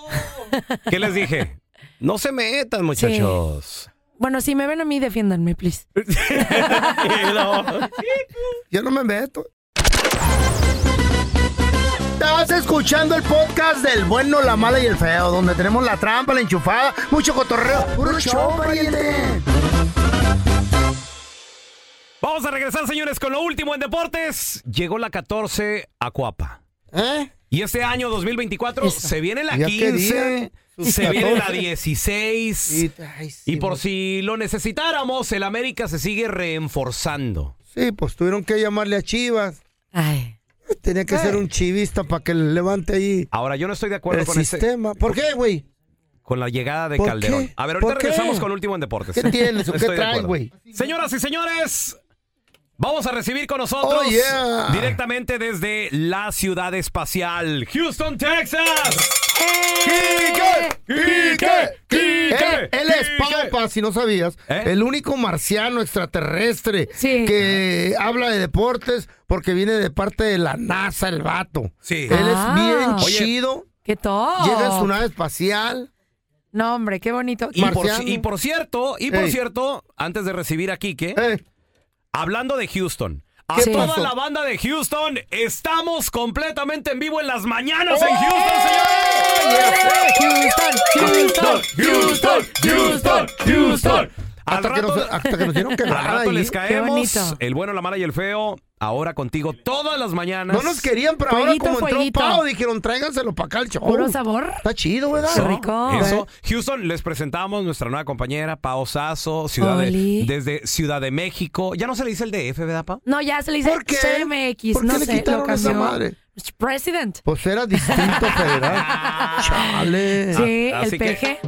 Speaker 1: ¿Qué les dije? No se metan, muchachos.
Speaker 2: [LAUGHS]
Speaker 1: [LAUGHS]
Speaker 4: Bueno, si me ven a mí, defiéndanme, please.
Speaker 2: Yo no me meto. Estás escuchando el podcast del bueno, la mala y el feo, donde tenemos la trampa, la enchufada, mucho cotorreo. ¡Puro show, pariente!
Speaker 1: Vamos a regresar, señores, con lo último en deportes. Llegó la 14 a Cuapa.
Speaker 2: ¿Eh?
Speaker 1: Y este año 2024 se viene la
Speaker 2: Ya
Speaker 1: 15,
Speaker 2: querían sus
Speaker 1: se viene la
Speaker 2: 14.
Speaker 1: 16.
Speaker 2: Y,
Speaker 1: Y,
Speaker 2: ay, sí,
Speaker 1: por
Speaker 2: pues,
Speaker 1: si lo necesitáramos, el América se sigue reenforzando.
Speaker 2: Sí, pues tuvieron que llamarle a Chivas.
Speaker 4: Ay.
Speaker 2: Tenía que ser un chivista para que le levante ahí
Speaker 1: Ahora, yo no estoy de acuerdo
Speaker 2: el
Speaker 1: con ese.
Speaker 2: sistema. ¿Por qué, güey?
Speaker 1: con la llegada de
Speaker 2: ¿Por
Speaker 1: Calderón.
Speaker 2: qué?
Speaker 1: A ver,
Speaker 2: ¿por
Speaker 1: ahorita
Speaker 2: qué?
Speaker 1: regresamos con Último en Deportes.
Speaker 2: ¿Qué
Speaker 1: [LAUGHS]
Speaker 2: tienes o qué
Speaker 1: Estoy de
Speaker 2: traes,
Speaker 1: acuerdo.
Speaker 2: güey?
Speaker 1: Señoras y señores, vamos a recibir con nosotros
Speaker 2: Oh, yeah.
Speaker 1: directamente desde la ciudad espacial, Houston, Texas.
Speaker 2: ¡Quique!
Speaker 1: ¡Quique!
Speaker 2: Él, él es
Speaker 1: ¡Quique!
Speaker 2: Pampa, si no sabías,
Speaker 1: ¿Eh?
Speaker 2: el único marciano extraterrestre
Speaker 4: Sí.
Speaker 2: que habla de deportes porque viene de parte de la NASA, el vato.
Speaker 1: Sí.
Speaker 2: Él
Speaker 4: Ah. Oh.
Speaker 2: es bien
Speaker 1: Oye,
Speaker 2: chido,
Speaker 4: ¡Qué todo!
Speaker 2: llega en su nave espacial.
Speaker 4: No, hombre, qué bonito.
Speaker 1: Y por,
Speaker 2: Marciano.
Speaker 1: y por cierto, y por
Speaker 2: Ey.
Speaker 1: cierto, antes de recibir a Quique,
Speaker 2: Eh,
Speaker 1: hablando de Houston. A
Speaker 4: ¿Qué
Speaker 1: toda
Speaker 2: pasó?
Speaker 1: la banda de Houston, estamos completamente en vivo en las mañanas en Houston, señores.
Speaker 4: ¡Oh! Houston, Houston, Houston, Houston.
Speaker 1: Al
Speaker 2: hasta, que
Speaker 1: rato,
Speaker 2: nos, hasta que nos dieron
Speaker 1: [LAUGHS]
Speaker 2: que
Speaker 1: al rato les caemos.
Speaker 4: bonito.
Speaker 1: El bueno, la mala y el feo. Ahora contigo todas las mañanas.
Speaker 2: No nos querían, pero ahora
Speaker 4: Fueguito,
Speaker 2: como entró
Speaker 4: fueguito.
Speaker 2: Pau, dijeron tráiganselo para acá al show.
Speaker 4: Puro sabor.
Speaker 2: Está chido, ¿verdad?
Speaker 4: Qué rico.
Speaker 1: Eso. Houston, les presentamos nuestra nueva compañera, Pao Sasso, ciudad de-
Speaker 4: Oli.
Speaker 1: desde Ciudad de México. Ya no se le dice el DF, ¿verdad, Pao?
Speaker 4: No, ya se le dice
Speaker 2: ¿Por qué?
Speaker 4: CMX.
Speaker 2: ¿Por qué
Speaker 4: no
Speaker 2: le
Speaker 4: sé,
Speaker 2: quitaron
Speaker 4: lo
Speaker 2: esa
Speaker 4: cambió.
Speaker 2: madre?
Speaker 4: Mr. President.
Speaker 2: Pues era distinto federal.
Speaker 1: [LAUGHS]
Speaker 2: Chale.
Speaker 4: Sí,
Speaker 1: Ah, así
Speaker 4: el
Speaker 1: que-
Speaker 4: peje.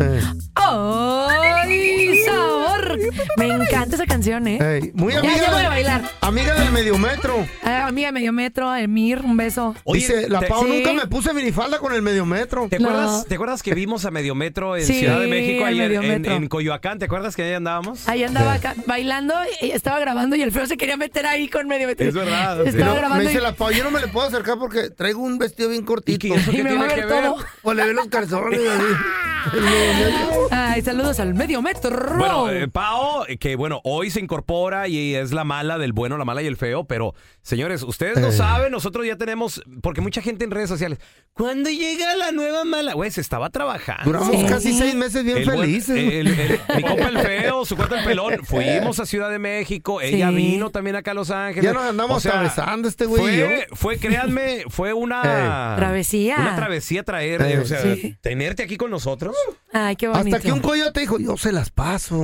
Speaker 2: Eh.
Speaker 4: ¡Ay,
Speaker 2: [LAUGHS]
Speaker 4: sabor! Me encanta esa canción, ¿eh?
Speaker 2: Ey, muy
Speaker 4: Ya,
Speaker 2: amiga.
Speaker 4: ya voy a
Speaker 2: del-
Speaker 4: bailar.
Speaker 2: Amiga del mediometro.
Speaker 4: Ah, amiga de medio metro, Emir, un beso.
Speaker 1: Oye,
Speaker 2: Dice, la
Speaker 1: te-
Speaker 2: Pau
Speaker 4: Sí.
Speaker 2: nunca me puse minifalda con el mediometro.
Speaker 1: ¿Te
Speaker 4: No.
Speaker 1: acuerdas, ¿Te acuerdas que vimos a Mediometro en
Speaker 4: Sí,
Speaker 1: Ciudad de México
Speaker 4: a
Speaker 1: ayer en,
Speaker 4: Mediometro.
Speaker 1: en Coyoacán? ¿Te acuerdas que ahí andábamos?
Speaker 4: Ahí andaba acá bailando, y estaba grabando y el feo se quería meter ahí con medio metro.
Speaker 1: Es verdad, sí.
Speaker 4: Estaba
Speaker 1: No,
Speaker 2: Me
Speaker 4: grabando y,
Speaker 2: dice la Pau, yo no me le puedo acercar porque traigo un vestido bien cortito.
Speaker 1: ¿Y eso
Speaker 4: y
Speaker 1: qué
Speaker 4: me va a
Speaker 1: tiene
Speaker 4: ver
Speaker 1: que ver?
Speaker 4: todo.
Speaker 2: [LAUGHS] O le ve los calzones.
Speaker 4: [LAUGHS]
Speaker 2: así. El mediometro.
Speaker 4: Ay, saludos al medio metro.
Speaker 1: Bueno, eh, Pao, eh, que bueno, hoy se incorpora y es la mala del bueno, la mala y el feo, pero señores, ustedes no saben, nosotros ya tenemos, porque mucha gente en redes sociales, ¿cuándo llega la nueva mala? Güey, se estaba trabajando.
Speaker 2: Duramos
Speaker 4: Sí.
Speaker 2: casi seis meses bien
Speaker 1: El buen-
Speaker 2: felices.
Speaker 1: el-
Speaker 2: [LAUGHS]
Speaker 1: el- mi compa el feo, su cuarto el pelón. Fuimos a Ciudad de México. Ella
Speaker 4: Sí.
Speaker 1: vino también acá a Los Ángeles.
Speaker 2: Ya nos andamos atravesando este güey y
Speaker 1: Fue, fue, créanme, fue
Speaker 2: [LAUGHS]
Speaker 1: una
Speaker 4: Ey. Travesía.
Speaker 1: Una travesía traer, eh,
Speaker 2: Ey.
Speaker 1: o sea,
Speaker 4: Sí.
Speaker 1: tenerte aquí con
Speaker 7: [LAUGHS]
Speaker 1: nosotros.
Speaker 4: Ay, qué bonito.
Speaker 2: Hasta que un coyote dijo, yo se las paso.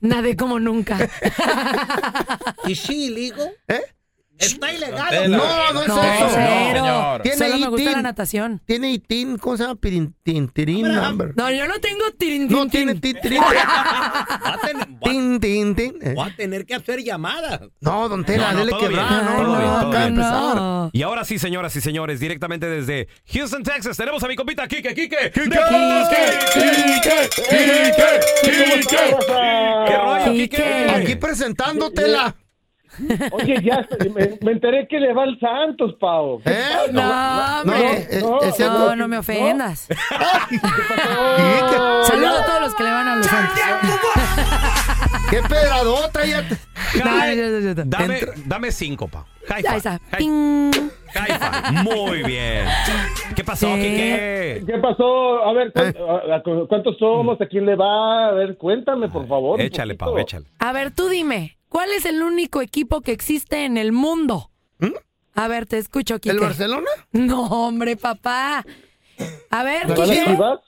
Speaker 4: Nadé como
Speaker 2: [LAUGHS]
Speaker 4: nunca.
Speaker 7: ¿Y sí, ligo?
Speaker 2: ¿Eh?
Speaker 7: Está ilegal.
Speaker 1: Eh.
Speaker 2: No, no es
Speaker 4: [LAUGHS] No,
Speaker 2: eso.
Speaker 4: cero.
Speaker 2: Tiene
Speaker 4: Solo me gusta la
Speaker 2: ITIN.
Speaker 4: natación.
Speaker 2: Tiene itin, ¿cómo se llama? Pirin, tin, tirin number.
Speaker 4: No, yo no tengo tirin,
Speaker 2: No tiene
Speaker 4: tin, tin.
Speaker 2: tin,
Speaker 1: [LAUGHS]
Speaker 2: tirin.
Speaker 7: Va a, tener, va-
Speaker 2: Tin, tin, tin. Eh.
Speaker 7: va a tener que hacer llamadas.
Speaker 2: No, don Tela,
Speaker 1: No, no,
Speaker 2: dele
Speaker 1: todo
Speaker 2: quebrada,
Speaker 1: bien,
Speaker 2: no,
Speaker 1: todo
Speaker 2: no,
Speaker 1: bien, todo
Speaker 2: acaba de
Speaker 1: bien.
Speaker 2: empezar.
Speaker 4: No.
Speaker 1: Y ahora sí, señoras y señores, directamente desde Houston, Texas, tenemos a mi compita Kike, Kike. ¡Kike!
Speaker 6: [LAUGHS]
Speaker 1: ¿Qué rollo,
Speaker 4: Quique.
Speaker 1: Quique?
Speaker 2: Aquí presentándotela.
Speaker 6: Oye, ya me, me enteré que le va al Santos, Pau. ¿Qué
Speaker 2: ¿Eh?
Speaker 4: No,
Speaker 2: No,
Speaker 4: hombre.
Speaker 2: eh,
Speaker 6: no,
Speaker 2: ese-
Speaker 4: No, no me ofendas.
Speaker 2: Quique,
Speaker 4: Saludos a todos los que le van a los Santos.
Speaker 2: ¡Qué pedradota! Ya te-
Speaker 1: Hi-
Speaker 4: No, no, no, no, no.
Speaker 1: Dame, dame cinco, pa. High five.
Speaker 4: Ahí está.
Speaker 1: Hi-
Speaker 4: Ping.
Speaker 1: high five. Muy bien. ¿Qué pasó,
Speaker 4: Sí.
Speaker 1: Kike?
Speaker 6: pasó? A ver, ¿cuán-
Speaker 2: Eh.
Speaker 6: a- a- cu- ¿cuántos somos? ¿A quién le va? A ver, cuéntame, por favor. un
Speaker 1: Échale,
Speaker 6: poquito.
Speaker 1: Pau, échale.
Speaker 4: A ver, tú dime, ¿cuál es el único equipo que existe en el mundo? A ver, te escucho, Kike.
Speaker 2: ¿Mm? ¿El Barcelona?
Speaker 4: No, hombre, papá. A ver,
Speaker 6: ¿Le va a las
Speaker 4: Kike.
Speaker 6: chivas?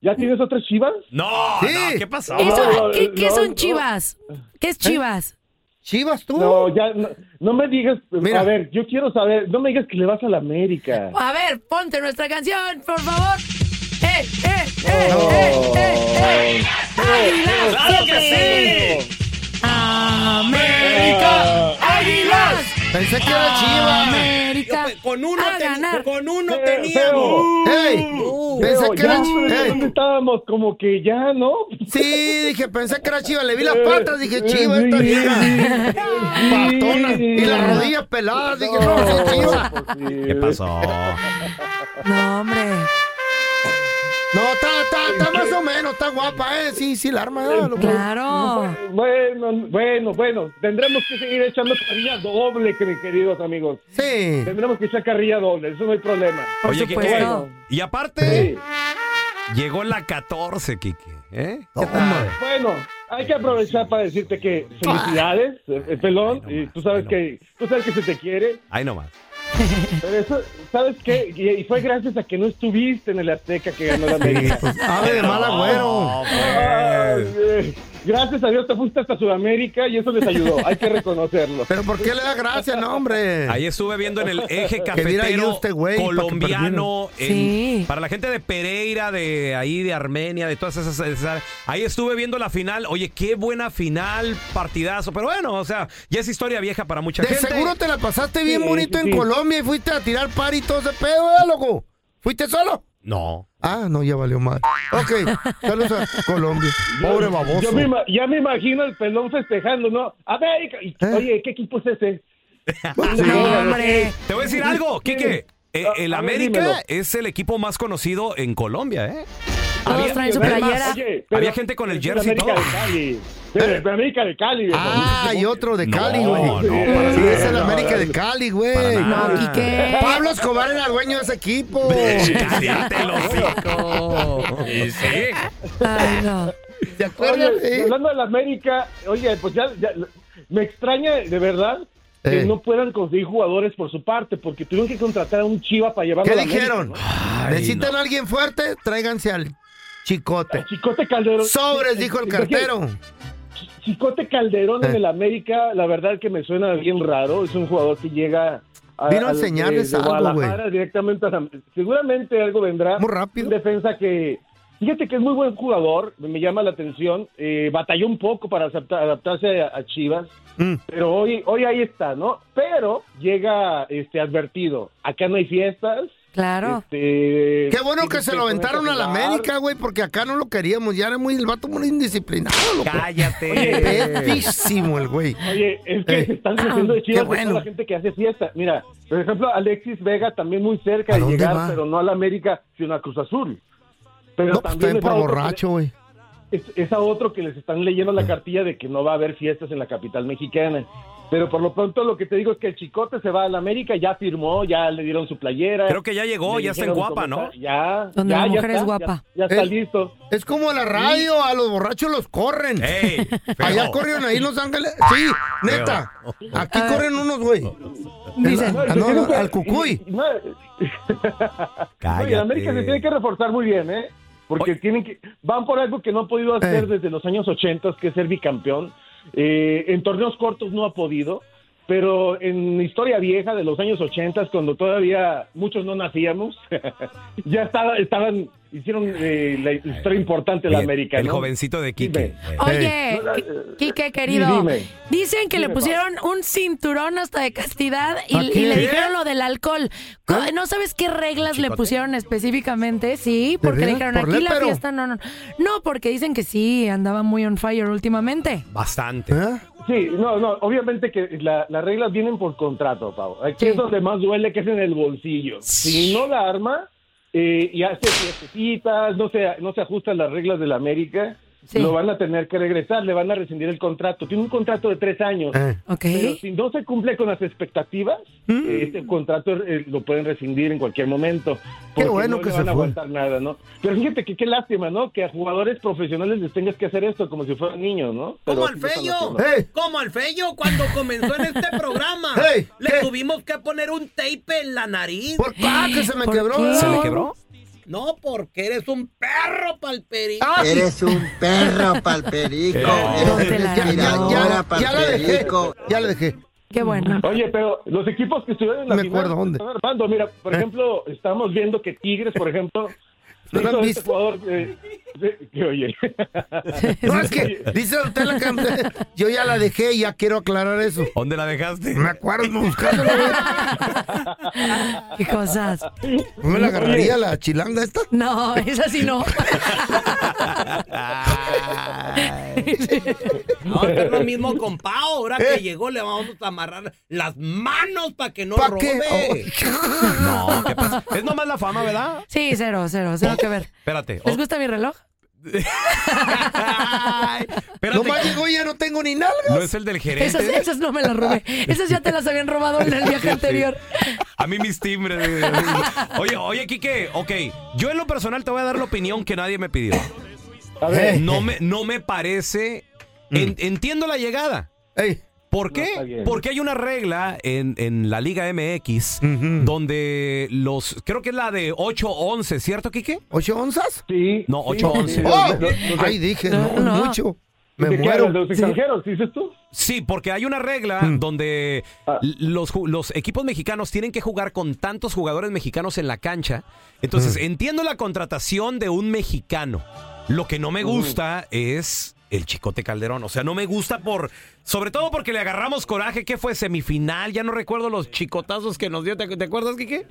Speaker 6: ¿Ya tienes otras chivas?
Speaker 1: No,
Speaker 2: Sí.
Speaker 1: no, ¿qué pasó?
Speaker 4: Eso-
Speaker 7: Ah,
Speaker 6: No,
Speaker 4: ¿qué, qué
Speaker 6: no,
Speaker 4: son
Speaker 6: no.
Speaker 4: chivas? ¿Qué
Speaker 7: ¿Eh?
Speaker 4: es chivas?
Speaker 2: ¿Chivas tú?
Speaker 6: No, ya, no, no me digas.
Speaker 2: Mira.
Speaker 6: A ver, yo quiero saber. No me digas que le vas a la América.
Speaker 4: A ver, ponte nuestra canción, por favor. ¡Eh, eh, eh, eh, eh, eh! ¡Águilas!
Speaker 1: ¡Claro que sí!
Speaker 4: ¡América! ¡Águilas!
Speaker 2: Pensé que era
Speaker 1: Ah.
Speaker 2: Chivas.
Speaker 4: ¡América!
Speaker 7: pues, Con uno,
Speaker 4: a
Speaker 7: teni-
Speaker 4: ganar.
Speaker 7: con uno
Speaker 6: Eh,
Speaker 7: teníamos.
Speaker 2: Uh,
Speaker 6: feo,
Speaker 2: ¡Ey!
Speaker 1: Uh.
Speaker 2: Pensé
Speaker 6: feo,
Speaker 2: que era
Speaker 6: ya,
Speaker 2: Chivas.
Speaker 6: ¿Dónde estábamos? Como que ya, ¿no?
Speaker 2: Sí, dije, pensé que era Chivas. Le vi las patas, dije, Chivas, esta vieja. Patona. Y las rodillas peladas, dije, no, sí, Chivas.
Speaker 6: pues
Speaker 1: ¿Qué pasó?
Speaker 4: No, hombre.
Speaker 2: No, está, está, está más o menos, está guapa, ¿eh? Sí, sí, la arma. ¿eh? Lo-
Speaker 4: Claro.
Speaker 6: Bueno, bueno, bueno. Tendremos que seguir echando carrilla doble, que mis queridos amigos.
Speaker 2: Sí.
Speaker 6: Tendremos que echar carrilla doble, eso no hay problema.
Speaker 4: Por
Speaker 1: Oye, Kike.
Speaker 4: supuesto.
Speaker 1: Y aparte, llegó la 14, Kike. ¿eh? ¿Qué tal?
Speaker 6: Bueno, hay que aprovechar para decirte que felicidades, eh, eh, pelón,
Speaker 1: [LAUGHS] Ay, no
Speaker 6: y
Speaker 1: más,
Speaker 6: tú sabes
Speaker 1: ay, no
Speaker 6: que tú sabes que se te quiere,
Speaker 1: Ahí nomás.
Speaker 6: pero eso, ¿sabes qué? Y, y fue gracias a que no
Speaker 2: pues,
Speaker 6: estuviste en el Azteca que ganó la América.
Speaker 2: Hable de mal agüero.
Speaker 1: No, pues.
Speaker 6: Ay, eh, Gracias a Dios te fuiste hasta Sudamérica y eso les ayudó. Hay que reconocerlo.
Speaker 2: Pero ¿por qué le da gracia, no, hombre?
Speaker 1: [LAUGHS] Ahí estuve viendo en el eje
Speaker 2: hubiera
Speaker 1: cafetero
Speaker 2: ido este güey pa' que
Speaker 1: colombiano.
Speaker 4: perdiera.
Speaker 1: en-
Speaker 4: Sí.
Speaker 1: Para la gente de Pereira, de ahí, de Armenia, de todas esas, esas- Ahí estuve viendo la final. Oye, qué buena final, partidazo. Pero bueno, o sea, ya es historia vieja para mucha
Speaker 2: De
Speaker 1: gente.
Speaker 2: seguro te la pasaste bien
Speaker 6: Sí,
Speaker 2: bonito
Speaker 6: sí,
Speaker 2: en
Speaker 6: sí.
Speaker 2: Colombia y fuiste a tirar par y todo ese pedo, ¿verdad, loco? ¿Fuiste solo?
Speaker 1: No.
Speaker 2: Ah, no, ya valió más. Ok,
Speaker 6: [LAUGHS]
Speaker 2: saludos a Colombia. [LAUGHS] Pobre baboso.
Speaker 6: Yo me ima- ya me imagino el pelón festejando, ¿no? América. Y,
Speaker 2: ¿Eh?
Speaker 6: Oye, ¿qué equipo es ese?
Speaker 4: No, hombre.
Speaker 1: Te voy a decir
Speaker 2: [LAUGHS]
Speaker 1: algo, Quique. Eh,
Speaker 2: Ah,
Speaker 6: A-
Speaker 1: el
Speaker 6: a ver,
Speaker 1: América
Speaker 6: dímelo.
Speaker 1: es el equipo más conocido en Colombia, ¿eh?
Speaker 4: Todos traen su
Speaker 6: Oye,
Speaker 4: playera.
Speaker 6: oye,
Speaker 1: Había gente con el
Speaker 6: es de
Speaker 1: jersey y
Speaker 6: América
Speaker 1: todo. Eh.
Speaker 6: de Cali. De, de América de Cali. viejo.
Speaker 2: Ah, y otro de Cali,
Speaker 1: No,
Speaker 2: güey.
Speaker 1: no,
Speaker 6: para
Speaker 2: sí,
Speaker 6: nada.
Speaker 2: es el
Speaker 6: No,
Speaker 2: América
Speaker 6: no,
Speaker 2: de
Speaker 6: no.
Speaker 2: Cali, güey.
Speaker 1: Para
Speaker 4: No,
Speaker 1: nada.
Speaker 4: ¿y qué?
Speaker 2: Pablo Escobar era el dueño de ese equipo.
Speaker 1: Cállate el
Speaker 6: Oh.
Speaker 1: hocico. Y sí.
Speaker 4: Ay, no.
Speaker 2: ¿Te acuerdas?
Speaker 6: Oye,
Speaker 2: Sí.
Speaker 6: hablando de la América, oye, pues ya, ya- me extraña de verdad que
Speaker 2: Eh.
Speaker 6: no puedan conseguir jugadores por su parte, porque tuvieron que contratar a un Chiva para llevarlo
Speaker 2: ¿Qué
Speaker 6: a la América,
Speaker 2: dijeron?
Speaker 6: ¿no?
Speaker 1: Ay,
Speaker 2: ¿Necesitan a alguien fuerte? Tráiganse al chicote.
Speaker 6: Chicote Calderón. eh,
Speaker 2: Sobres, dijo el cartero.
Speaker 6: Chicote Calderón en
Speaker 2: Eh.
Speaker 6: el América, la verdad que me suena bien raro. Es un jugador que llega a,
Speaker 2: Vino a
Speaker 6: al- de-
Speaker 2: enseñarles
Speaker 6: de
Speaker 2: algo, güey.
Speaker 6: Guadalajara directamente a la- seguramente algo vendrá.
Speaker 2: Muy rápido.
Speaker 6: Un defensa que fíjate que es muy buen jugador, me llama la atención. eh, batalló un poco para adapta- adaptarse a, a Chivas,
Speaker 2: Mm.
Speaker 6: pero hoy hoy ahí está, ¿no? Pero llega este advertido. Acá no hay fiestas.
Speaker 4: Claro.
Speaker 6: este,
Speaker 2: Qué bueno que
Speaker 6: tienes
Speaker 2: se lo
Speaker 6: ponerte
Speaker 2: aventaron a la
Speaker 6: jugar.
Speaker 2: América, güey, porque acá no lo queríamos. Ya era muy, el vato muy indisciplinado, loco.
Speaker 1: Cállate.
Speaker 2: Petísimo el güey.
Speaker 6: Oye, es que
Speaker 2: Eh.
Speaker 6: se están metiendo de chivas
Speaker 2: Qué bueno.
Speaker 6: con la gente que hace fiesta. Mira, por ejemplo, Alexis Vega también muy
Speaker 2: ¿A
Speaker 6: cerca de
Speaker 2: dónde
Speaker 6: llegar,
Speaker 2: va?
Speaker 6: pero no a la América, sino a Cruz Azul. Pero
Speaker 2: No, pues
Speaker 6: también
Speaker 2: también
Speaker 6: es a,
Speaker 2: por
Speaker 6: otro
Speaker 2: borracho, Mm. güey.
Speaker 6: que, es, es a otro que les están leyendo la cartilla de que no va a haber fiestas en la capital mexicana. Pero por lo pronto lo que te digo es que el Chicote se va a la América, ya firmó, ya le dieron su playera.
Speaker 1: Creo que ya llegó,
Speaker 6: Le
Speaker 1: ya está en
Speaker 6: dijeron
Speaker 1: Guapa,
Speaker 6: cómo
Speaker 1: ¿no?
Speaker 6: está. Ya.
Speaker 4: Donde
Speaker 6: ya,
Speaker 4: la
Speaker 6: ya
Speaker 4: mujer es
Speaker 6: está,
Speaker 4: guapa.
Speaker 6: Ya, ya está
Speaker 2: Eh.
Speaker 6: listo.
Speaker 2: Es como la radio, a los borrachos los corren.
Speaker 1: Ey, Eh, feo.
Speaker 2: Allá corren ahí en Los Ángeles. Sí, neta. Aquí corren unos, güey.
Speaker 4: Dicen.
Speaker 2: Ah, no, no, al cucuy.
Speaker 6: No,
Speaker 1: Cállate.
Speaker 6: Oye, América se tiene que reforzar muy bien, ¿eh? Porque
Speaker 1: Oye.
Speaker 6: tienen que van por algo que no ha podido hacer
Speaker 2: Eh.
Speaker 6: desde los años 80, que es ser bicampeón. Eh, en torneos cortos no ha podido, pero en historia vieja de los años 80, cuando todavía muchos no nacíamos, [LAUGHS] ya estaba- estaban, hicieron eh, la historia importante de la
Speaker 1: Bien,
Speaker 6: América.
Speaker 1: El
Speaker 6: ¿no?
Speaker 1: jovencito de Quique.
Speaker 4: Oye,
Speaker 6: No, no,
Speaker 4: Qui-
Speaker 6: eh,
Speaker 4: Quique, querido.
Speaker 6: dime.
Speaker 4: Dicen que le
Speaker 6: Dime,
Speaker 4: pusieron un cinturón hasta de castidad y,
Speaker 2: ¿A
Speaker 4: y
Speaker 2: quién?
Speaker 4: le dijeron lo del alcohol. Co-
Speaker 6: ¿Eh?
Speaker 4: ¿No sabes qué reglas le
Speaker 1: Chicote?
Speaker 4: pusieron específicamente? Sí, porque le
Speaker 2: veras?
Speaker 4: dijeron
Speaker 2: ¿Por
Speaker 4: aquí la
Speaker 2: lépero?
Speaker 4: fiesta no, no. No, porque dicen que sí, andaba muy on fire últimamente.
Speaker 1: Bastante.
Speaker 2: ¿Eh?
Speaker 6: Sí, no, no, obviamente que la- las reglas vienen por contrato, Pau. Aquí
Speaker 4: Sí.
Speaker 6: es donde más duele, que es en el bolsillo. Si no la arma eh, y hace fiestecitas, no se, no se ajustan las reglas de la América,
Speaker 4: Sí.
Speaker 6: lo van a tener que regresar, le van a rescindir el contrato. Tiene un contrato de tres años.
Speaker 2: Eh. Mm.
Speaker 4: ¿Ok?
Speaker 6: Pero si no se cumple con las expectativas, eh, este contrato eh, lo pueden rescindir en cualquier momento.
Speaker 2: Qué
Speaker 6: porque
Speaker 2: bueno
Speaker 6: no
Speaker 2: que
Speaker 6: le
Speaker 2: se
Speaker 6: van
Speaker 2: fue.
Speaker 6: a aguantar nada, ¿no? Pero fíjate que qué lástima, ¿no? Que a jugadores profesionales les tengas que hacer esto como si fueran niños, ¿no? Pero
Speaker 7: Como
Speaker 6: sí
Speaker 7: al
Speaker 6: lo están
Speaker 7: Fello,
Speaker 6: haciendo.
Speaker 2: Ey.
Speaker 7: como al Fello cuando comenzó en este
Speaker 2: [LAUGHS]
Speaker 7: programa.
Speaker 2: Ey,
Speaker 7: le
Speaker 2: ¿qué?
Speaker 7: tuvimos que poner un tape en la nariz.
Speaker 2: ¿Por qué? Ah, que se me
Speaker 4: ¿Por
Speaker 2: quebró.
Speaker 4: qué?
Speaker 1: ¿Se le quebró?
Speaker 7: No, porque eres un perro palperi.
Speaker 2: Ah,
Speaker 8: Eres un perro palperico.
Speaker 1: No.
Speaker 8: Eres
Speaker 4: Te la-
Speaker 8: una
Speaker 2: ya, ya, ya,
Speaker 8: tiradora
Speaker 2: ya la dejé.
Speaker 8: palperico.
Speaker 2: Ya la dejé.
Speaker 4: Qué bueno.
Speaker 6: Oye, pero los equipos que estuvieron en la
Speaker 2: Me
Speaker 6: final
Speaker 2: acuerdo dónde. ¿Eh?
Speaker 6: están armando. Mira, por ejemplo, estamos viendo que Tigres, por ejemplo,
Speaker 2: [LAUGHS] No lo
Speaker 6: hizo
Speaker 2: han
Speaker 6: este
Speaker 2: visto.
Speaker 6: jugador eh, de- que oye. [LAUGHS]
Speaker 2: No, es que dice usted la canción. Yo ya la dejé y ya quiero aclarar eso.
Speaker 1: ¿Dónde la dejaste? [LAUGHS]
Speaker 2: Me acuerdo buscándola. güey.
Speaker 4: [LAUGHS] Qué cosas.
Speaker 2: ¿No pues me la agarraría la chilanga esta?
Speaker 4: No, es así no. [LAUGHS]
Speaker 7: Ahora es lo mismo con Pao. Ahora
Speaker 2: Eh.
Speaker 7: que llegó, le vamos a amarrar las manos para que no
Speaker 2: ¿Para qué? Oh.
Speaker 7: robe.
Speaker 1: [LAUGHS] No, ¿qué pasa? Es nomás la fama, ¿verdad?
Speaker 4: Sí, cero, cero,
Speaker 6: Oh.
Speaker 4: cero que ver.
Speaker 1: Espérate.
Speaker 4: ¿Les
Speaker 1: Oh.
Speaker 4: gusta mi reloj?
Speaker 1: Ay, espérate.
Speaker 2: No más llegó y ya no tengo ni nalgas.
Speaker 1: No es el del gerente.
Speaker 4: Esas, esas no me las robé. Esas ya te las habían robado en el viaje anterior.
Speaker 1: A mí mis timbres. Oye, oye, Quique, ok. Yo en lo personal te voy a dar la opinión que nadie me pidió.
Speaker 6: A
Speaker 2: ¿Eh?
Speaker 6: ver,
Speaker 1: No me, no me parece.
Speaker 2: Mm.
Speaker 1: en- entiendo la llegada.
Speaker 2: Ey,
Speaker 1: ¿Por qué?
Speaker 6: está bien.
Speaker 1: Porque hay una regla en, en la Liga MX
Speaker 2: Ujú.
Speaker 1: donde los. Creo que es la de 8-11, ¿cierto, Quique?
Speaker 2: ¿Ocho onzas?
Speaker 6: sí.
Speaker 1: No,
Speaker 6: sí,
Speaker 1: 8-11.
Speaker 6: sí,
Speaker 2: ¡Oh!
Speaker 6: los- los- los-
Speaker 2: Ahí dije, no,
Speaker 4: No, no.
Speaker 2: mucho. Me
Speaker 6: ¿De qué
Speaker 2: muero.
Speaker 6: hablas? ¿De los extranjeros, dices tú?
Speaker 1: Sí, porque hay una regla donde
Speaker 6: Ah.
Speaker 1: l- los, ju- los equipos mexicanos tienen que jugar con tantos jugadores mexicanos en la cancha. Entonces, entiendo la contratación de un mexicano. Lo que
Speaker 6: Mm.
Speaker 1: no me gusta es el Chicote Calderón. O sea, no me gusta por... Sobre todo porque le agarramos coraje. que fue? Semifinal. Ya no recuerdo los chicotazos que nos dio. ¿Te, te acuerdas, Quique?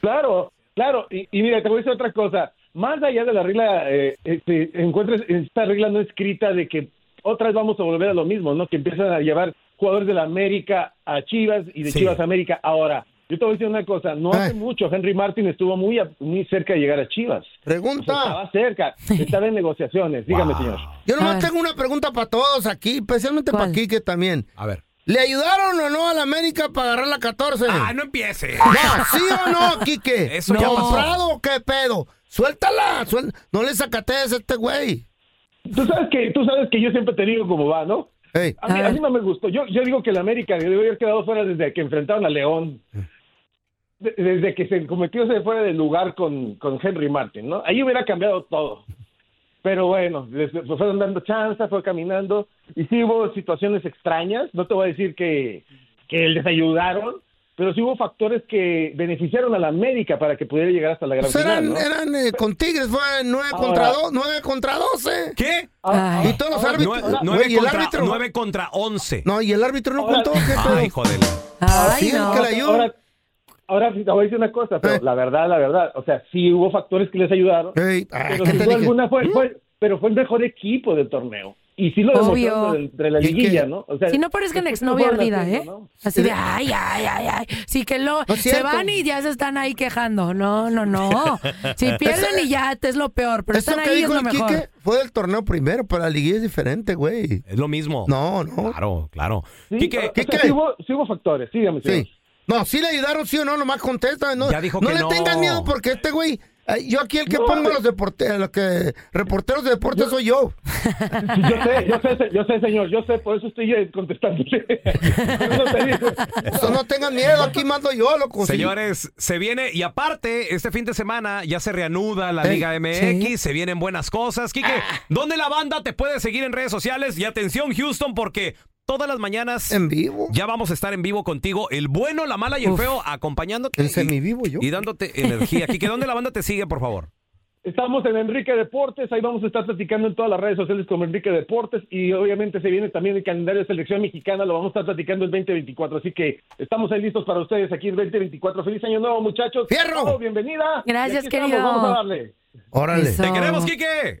Speaker 6: Claro, claro. Y, y mira, te voy a decir otra cosa. Más allá de la regla, eh, este, encuentres esta regla no escrita de que otra vez vamos a volver a lo mismo, ¿no? Que empiezan a llevar jugadores de la América a Chivas y de
Speaker 1: Sí.
Speaker 6: Chivas a América. Ahora, yo te voy a decir una cosa. No hace
Speaker 2: Ay.
Speaker 6: mucho Henry Martin estuvo muy, a- muy cerca de llegar a Chivas. O sea,
Speaker 2: Pregunta.
Speaker 6: estaba cerca. Estaba en negociaciones. Dígame, señor.
Speaker 2: Yo
Speaker 4: A
Speaker 2: nomás
Speaker 4: ver.
Speaker 2: tengo una pregunta para todos aquí, especialmente para
Speaker 4: ¿Cuál?
Speaker 2: Quique también.
Speaker 1: A ver.
Speaker 2: ¿Le ayudaron o no a la América para agarrar la 14?
Speaker 1: Ah, no empieces.
Speaker 2: No, ¿sí o no, [LAUGHS] Quique?
Speaker 1: Eso ya pasó.
Speaker 2: ¿Comprado o qué pedo? Suéltala, suel- no le sacatees a este güey.
Speaker 6: Tú sabes que, tú sabes que yo siempre te digo cómo va, ¿no?
Speaker 2: Ey,
Speaker 6: A mí,
Speaker 4: Ah.
Speaker 6: a mí no me gustó. Yo, yo digo que el América debió haber quedado fuera desde que enfrentaron a León. De- Desde que se cometió ese fuera de lugar con, con Henry Martin, ¿no? Ahí hubiera cambiado todo. Pero bueno, les les fueron dando chance, fue caminando. Y sí hubo situaciones extrañas. No te voy a decir que, que les ayudaron, pero sí hubo factores que beneficiaron a la América para que pudiera llegar hasta la gran
Speaker 2: pues
Speaker 6: final,
Speaker 2: eran,
Speaker 6: ¿no?
Speaker 2: eran eh, con Tigres, fue 9
Speaker 6: Ahora-
Speaker 2: contra 2, 9 contra 12.
Speaker 1: ¿Qué?
Speaker 6: Ah,
Speaker 2: Y todos los árbitros.
Speaker 1: Nue- nueve,
Speaker 2: Güey, y el
Speaker 1: contra,
Speaker 2: árbitro.
Speaker 1: nueve contra once.
Speaker 2: No, y el árbitro no
Speaker 6: Ahora-
Speaker 2: contó. ¿qué pedo?
Speaker 1: Ay, joder.
Speaker 4: Ay,
Speaker 2: ah, Sí,
Speaker 4: no.
Speaker 2: que la ayuda.
Speaker 6: Ahora, ahora sí te voy a decir una cosa, pero
Speaker 2: Eh.
Speaker 6: la verdad, la verdad, o sea, sí hubo factores que les ayudaron,
Speaker 2: Ey, ah,
Speaker 6: pero
Speaker 2: ¿qué
Speaker 6: sin
Speaker 2: te
Speaker 6: duda
Speaker 2: dije?
Speaker 6: alguna fue, fue- pero fue el mejor equipo del torneo. Y sí lo demostró
Speaker 4: Obvio.
Speaker 6: entre la
Speaker 2: Y es que-
Speaker 6: liguilla, ¿no? O sea,
Speaker 4: Si no parezcan
Speaker 6: después
Speaker 4: exnovia
Speaker 6: fueron
Speaker 4: ardida,
Speaker 6: haciendo,
Speaker 4: ¿eh?
Speaker 6: ¿no?
Speaker 4: Así de, ay, ay, ay, ay. Sí que lo...
Speaker 2: No es
Speaker 4: se
Speaker 2: cierto.
Speaker 4: van y ya se están ahí quejando. No,
Speaker 2: [LAUGHS]
Speaker 4: no, no. Si pierden y ya es lo peor, pero
Speaker 2: Eso
Speaker 4: están
Speaker 2: que
Speaker 4: ahí es
Speaker 2: dijo
Speaker 4: lo
Speaker 2: el
Speaker 4: mejor.
Speaker 2: Quique fue del torneo primero, pero la liguilla es diferente, güey.
Speaker 1: Es lo mismo.
Speaker 2: No, no.
Speaker 1: Claro, claro.
Speaker 6: Sí,
Speaker 1: Quique,
Speaker 6: o- o sea,
Speaker 2: Quique.
Speaker 6: sí hubo, sí hubo factores, sí, dígame, señor.
Speaker 2: Sí. No, sí le ayudaron, sí o no, nomás contesta. No,
Speaker 1: Ya dijo
Speaker 2: no
Speaker 1: que
Speaker 2: le
Speaker 1: no.
Speaker 2: tengas miedo porque este güey, eh, yo aquí el que
Speaker 6: No,
Speaker 2: pongo
Speaker 6: hombre.
Speaker 2: los deportes, los que reporteros de deportes soy yo.
Speaker 6: Sí, Yo sé, yo sé, se- yo sé, señor, yo sé, por eso estoy eh,
Speaker 2: [LAUGHS]
Speaker 6: contestándole. Por eso te digo.
Speaker 2: Eso no tengan miedo, aquí mando yo, loco. sí.
Speaker 1: Señores, se viene y aparte, este fin de semana ya se reanuda la
Speaker 2: Ey, Ah.
Speaker 1: Liga MX, se vienen buenas cosas. Quique, ¿dónde la banda te puede seguir en redes sociales? Y atención, Houston, porque todas las mañanas
Speaker 2: En vivo.
Speaker 1: ya vamos a estar en vivo contigo, el bueno, la mala y el feo, acompañándote
Speaker 2: En
Speaker 1: y,
Speaker 2: semivivo yo.
Speaker 1: y dándote energía. Quique, ¿dónde la banda te sigue, por favor?
Speaker 6: Estamos en Enrique Deportes, ahí vamos a estar platicando en todas las redes sociales como Enrique Deportes y obviamente se viene también el calendario de selección mexicana, lo vamos a estar platicando el 2024, así que estamos ahí listos para ustedes aquí el 2024. Feliz año nuevo muchachos.
Speaker 2: ¡Fierro!
Speaker 6: Bravo, bienvenida.
Speaker 4: Gracias,
Speaker 6: Y aquí estamos,
Speaker 4: querido.
Speaker 6: Vamos a darle.
Speaker 2: Órale.
Speaker 4: Eso.
Speaker 1: ¡Te queremos, Quique!